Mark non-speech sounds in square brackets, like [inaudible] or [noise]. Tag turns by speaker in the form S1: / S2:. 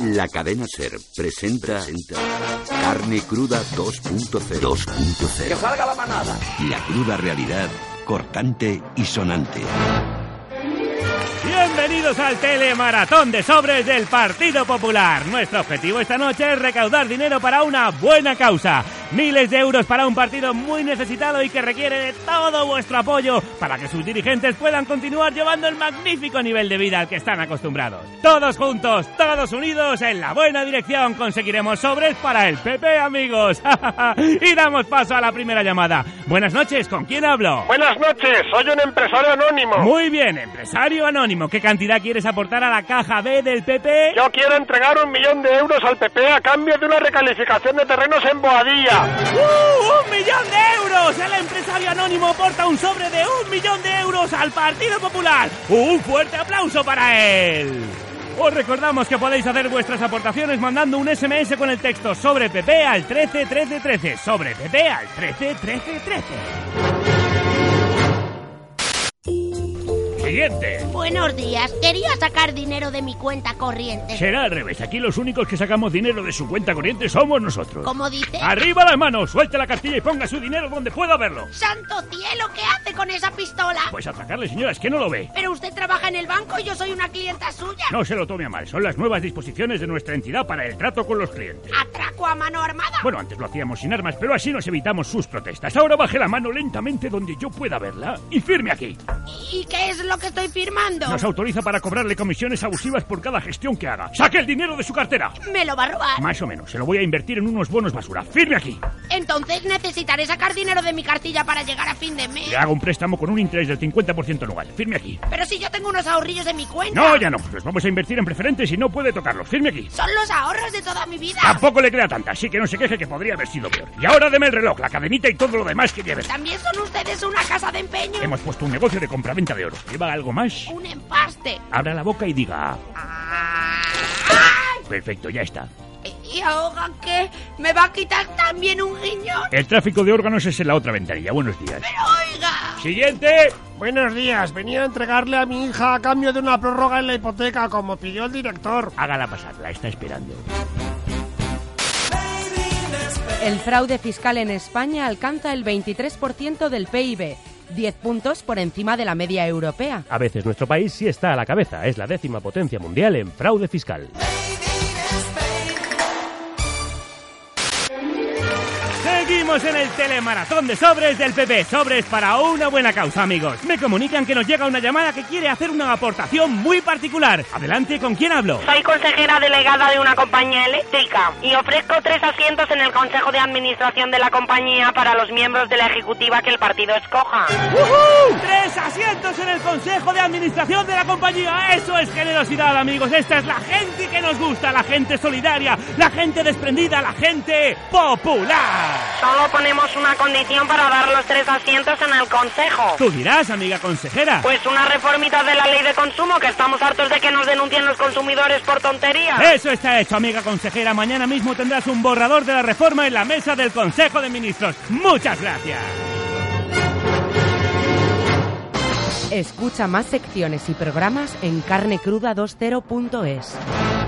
S1: La cadena Ser presenta, Carne Cruda 2.0. 2.0.
S2: ¡Que salga la manada!
S1: La cruda realidad, cortante y sonante.
S3: Bienvenidos al telemaratón de sobres del Partido Popular. Nuestro objetivo esta noche es recaudar dinero para una buena causa. Miles de euros para un partido muy necesitado y que requiere de todo vuestro apoyo para que sus dirigentes puedan continuar llevando el magnífico nivel de vida al que están acostumbrados. Todos juntos, todos unidos, en la buena dirección conseguiremos sobres para el PP, amigos. [laughs] y damos paso a la primera llamada. Buenas noches, ¿con quién hablo?
S4: Buenas noches, soy un empresario anónimo.
S3: Muy bien, empresario anónimo, ¿qué cantidad quieres aportar a la caja B del PP?
S4: Yo quiero entregar un millón de euros al PP a cambio de una recalificación de terrenos en Boadilla.
S3: ¡Uh! ¡Un millón de euros! El empresario anónimo aporta un sobre de un millón de euros al Partido Popular. ¡Un fuerte aplauso para él! Os recordamos que podéis hacer vuestras aportaciones mandando un SMS con el texto sobre PP al 131313. Sobre PP al 131313. Siguiente.
S5: Buenos días, quería sacar dinero de mi cuenta corriente.
S3: Será al revés. Aquí los únicos que sacamos dinero de su cuenta corriente somos nosotros.
S5: Como dice?
S3: Arriba las manos, suelte la cartilla y ponga su dinero donde pueda verlo.
S5: ¡Santo cielo! ¿Qué hace con esa pistola?
S3: Pues atacarle, señora, es que no lo ve.
S5: Pero usted trabaja en el banco y yo soy una clienta suya.
S3: No se lo tome a mal, son las nuevas disposiciones de nuestra entidad para el trato con los clientes.
S5: ¿Atraco a mano armada?
S3: Bueno, antes lo hacíamos sin armas, pero así nos evitamos sus protestas. Ahora baje la mano lentamente donde yo pueda verla y firme aquí.
S5: ¿Y qué es lo que estoy firmando?
S3: Nos autoriza para cobrarle comisiones abusivas por cada gestión que haga. ¡Saque el dinero de su cartera!
S5: ¿Me lo va a robar?
S3: Más o menos, se lo voy a invertir en unos bonos basura. ¡Firme aquí!
S5: Entonces necesitaré sacar dinero de mi cartilla para llegar a fin de mes.
S3: Le hago un préstamo con un interés del 50% anual. Firme aquí.
S5: Pero si yo tengo unos ahorrillos en mi cuenta.
S3: No, ya no. Los vamos a invertir en preferentes y no puede tocarlos. Firme aquí.
S5: Son los ahorros de toda mi vida.
S3: Tampoco le crea tanta, así que no se queje que podría haber sido peor. Y ahora deme el reloj, la cadenita y todo lo demás que lleves.
S5: También son ustedes una casa de empeño.
S3: Hemos puesto un negocio de compraventa de oro. ¿Lleva algo más?
S5: Un empaste.
S3: Abra la boca y diga... "Ah,
S5: ¡Ay!
S3: Perfecto, ya está.
S5: ¿Y ahogan qué? ¿Me va a quitar también un guiñón?
S3: El tráfico de órganos es en la otra ventanilla. Buenos días.
S5: Pero oiga.
S3: Siguiente.
S4: Buenos días, venía a entregarle a mi hija a cambio de una prórroga en la hipoteca, como pidió el director.
S3: Hágala pasar, la está esperando.
S6: El fraude fiscal en España alcanza el 23% del PIB, 10 puntos por encima de la media europea.
S7: A veces nuestro país sí está a la cabeza, es la décima potencia mundial en fraude fiscal.
S3: Seguimos en el telemaratón de sobres del PP. Sobres para una buena causa, amigos. Me comunican que nos llega una llamada que quiere hacer una aportación muy particular. Adelante, ¿con quién hablo?
S8: Soy consejera delegada de una compañía eléctrica y ofrezco tres asientos en el Consejo de Administración de la compañía para los miembros de la ejecutiva que el partido escoja.
S3: ¡Uhú! Tres asientos en el Consejo de Administración de la compañía. Eso es generosidad, amigos. Esta es la gente que nos gusta, la gente solidaria, la gente desprendida, la gente popular.
S8: Solo ponemos una condición para dar los tres asientos en el Consejo.
S3: Tú dirás, amiga consejera.
S8: Pues una reformita de la ley de consumo, que estamos hartos de que nos denuncien los consumidores por tonterías.
S3: Eso está hecho, amiga consejera. Mañana mismo tendrás un borrador de la reforma en la mesa del Consejo de Ministros. Muchas gracias.
S6: Escucha más secciones y programas en carnecruda20.es.